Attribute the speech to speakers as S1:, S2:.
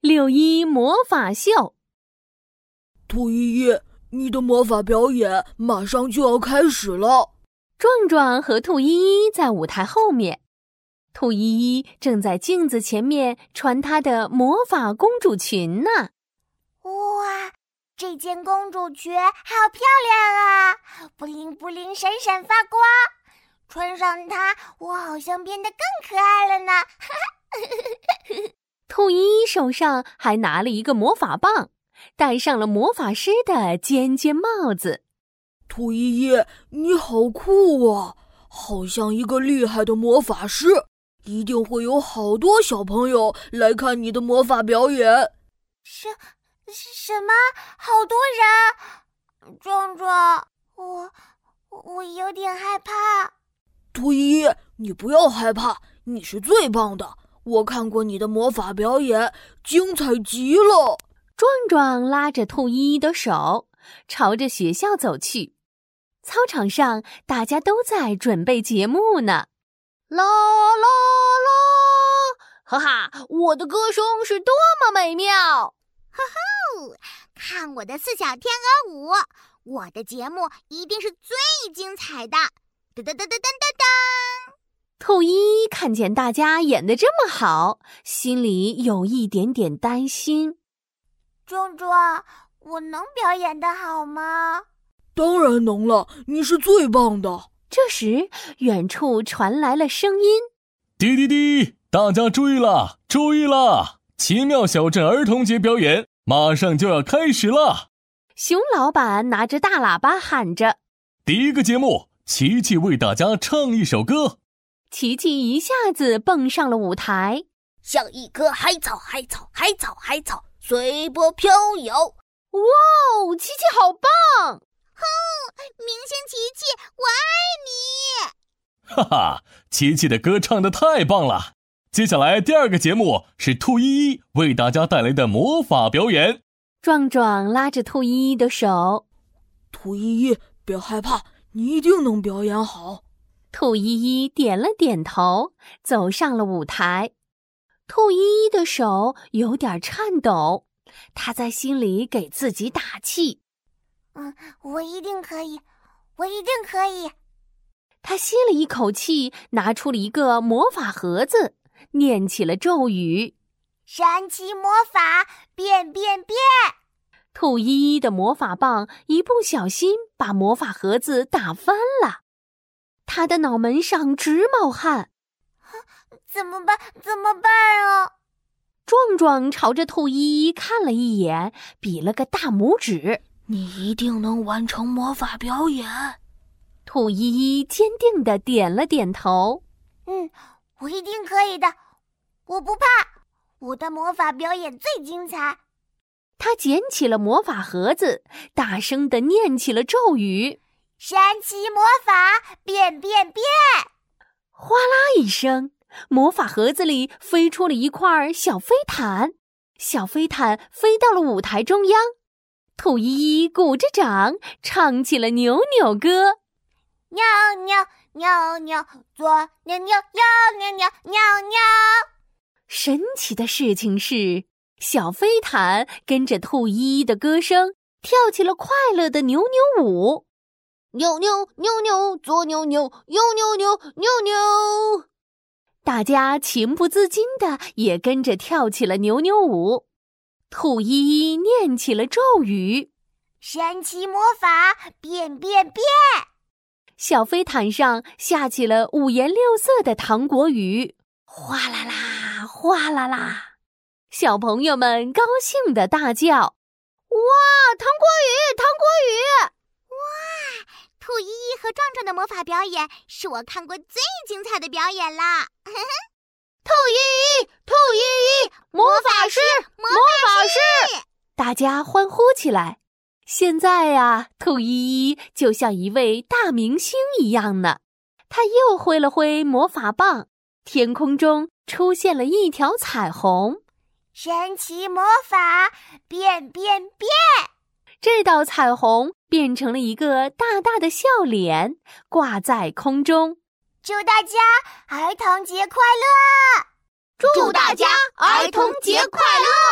S1: 六一魔法秀，
S2: 兔依依，你的魔法表演马上就要开始了。
S1: 壮壮和兔依依在舞台后面，兔依依正在镜子前面穿她的魔法公主裙呢。
S3: 哇，这件公主裙好漂亮啊，布灵布灵，闪闪发光。穿上它，我好像变得更可爱了呢。
S1: 兔依依手上还拿了一个魔法棒，戴上了魔法师的尖尖帽子。
S2: 兔依依，你好酷啊，好像一个厉害的魔法师，一定会有好多小朋友来看你的魔法表演。
S3: 什什么？好多人！壮壮，我我有点害怕。
S2: 兔依依，你不要害怕，你是最棒的。我看过你的魔法表演，精彩极了。
S1: 壮壮拉着兔依依的手，朝着学校走去。操场上，大家都在准备节目呢。
S4: 啦啦啦！哈哈，我的歌声是多么美妙！
S3: 看我的四小天鹅舞，我的节目一定是最精彩的！噔噔噔噔噔噔噔！
S1: 兔依依看见大家演的这么好，心里有一点点担心。
S3: 壮壮，我能表演的好吗？
S2: 当然能了，你是最棒的。
S1: 这时，远处传来了声音。
S5: 滴滴滴！大家注意啦，注意啦！奇妙小镇儿童节表演马上就要开始啦！
S1: 熊老板拿着大喇叭喊着
S5: 第一个节目，琪琪为大家唱一首歌。：“
S1: 琪琪一下子蹦上了舞台。
S4: 像一棵海草，海草，海草，海草，随波飘摇。
S1: 哦，琪琪好
S4: 啊
S1: 棒！
S3: 明星琪琪，我爱
S5: 哈哈，琪琪的歌唱的太棒了！接下来第二个节目是兔依依为大家带来的魔法表演。
S1: 壮壮拉着兔依依的手，
S2: 兔依依，别害怕，你一定能表演好。
S1: 兔依依点了点头，走上了舞台。兔依依的手有点颤抖，她在心里给自己打气。
S3: 你。嗯，我一定可以，我一定可以。
S1: 她吸了一口气，拿出了一个魔法盒子，念起了咒语。
S3: 神奇魔法变变变！
S1: 兔依依的魔法棒一不小心把魔法盒子打翻了，她的脑门上直冒汗。
S3: 怎么办？怎么办啊？
S1: 壮壮朝着兔依依看了一眼，比了个大拇指。
S2: 你一定能完成魔法表演。
S1: 兔依依坚定地点了点头。
S3: 嗯，我一定可以的，我不怕，我的魔法表演最精彩。
S1: 她捡起了魔法盒子，大声地念起了咒语。
S3: 神奇魔法变变变！
S1: 哗啦一声，魔法盒子里飞出了一块小飞毯，小飞毯飞到了舞台中央。兔依依鼓着掌，唱起了扭扭歌。
S3: 扭扭扭扭，左扭扭，右扭扭，扭扭。
S1: 神奇的事情是，小飞毯跟着兔依依的歌声跳起了快乐的扭扭舞。
S4: 扭扭扭扭，左扭扭，右扭扭，扭扭。
S1: 大家情不自禁的也跟着跳起了扭扭舞。兔依依念起了咒语，
S3: 神奇魔法变变变！
S1: 小飞毯上下起了五颜六色的糖果雨，哗啦啦，哗啦啦，小朋友们高兴的大叫。
S4: 啊，糖果雨，糖果雨！
S3: 兔依依和壮壮的魔法表演是我看过最精彩的表演啦！
S4: 兔依依，兔依依，魔法师，
S3: 魔
S4: 法师。
S1: 大家欢呼起来。现在呀、兔依依就像一位大明星一样呢。她又挥了挥魔法棒，天空中出现了一条彩虹。
S3: 神奇魔法变变变！
S1: 这道彩虹变成了一个大大的笑脸，挂在空中。
S3: 祝大家儿童节快乐！
S4: 祝大家儿童节快乐！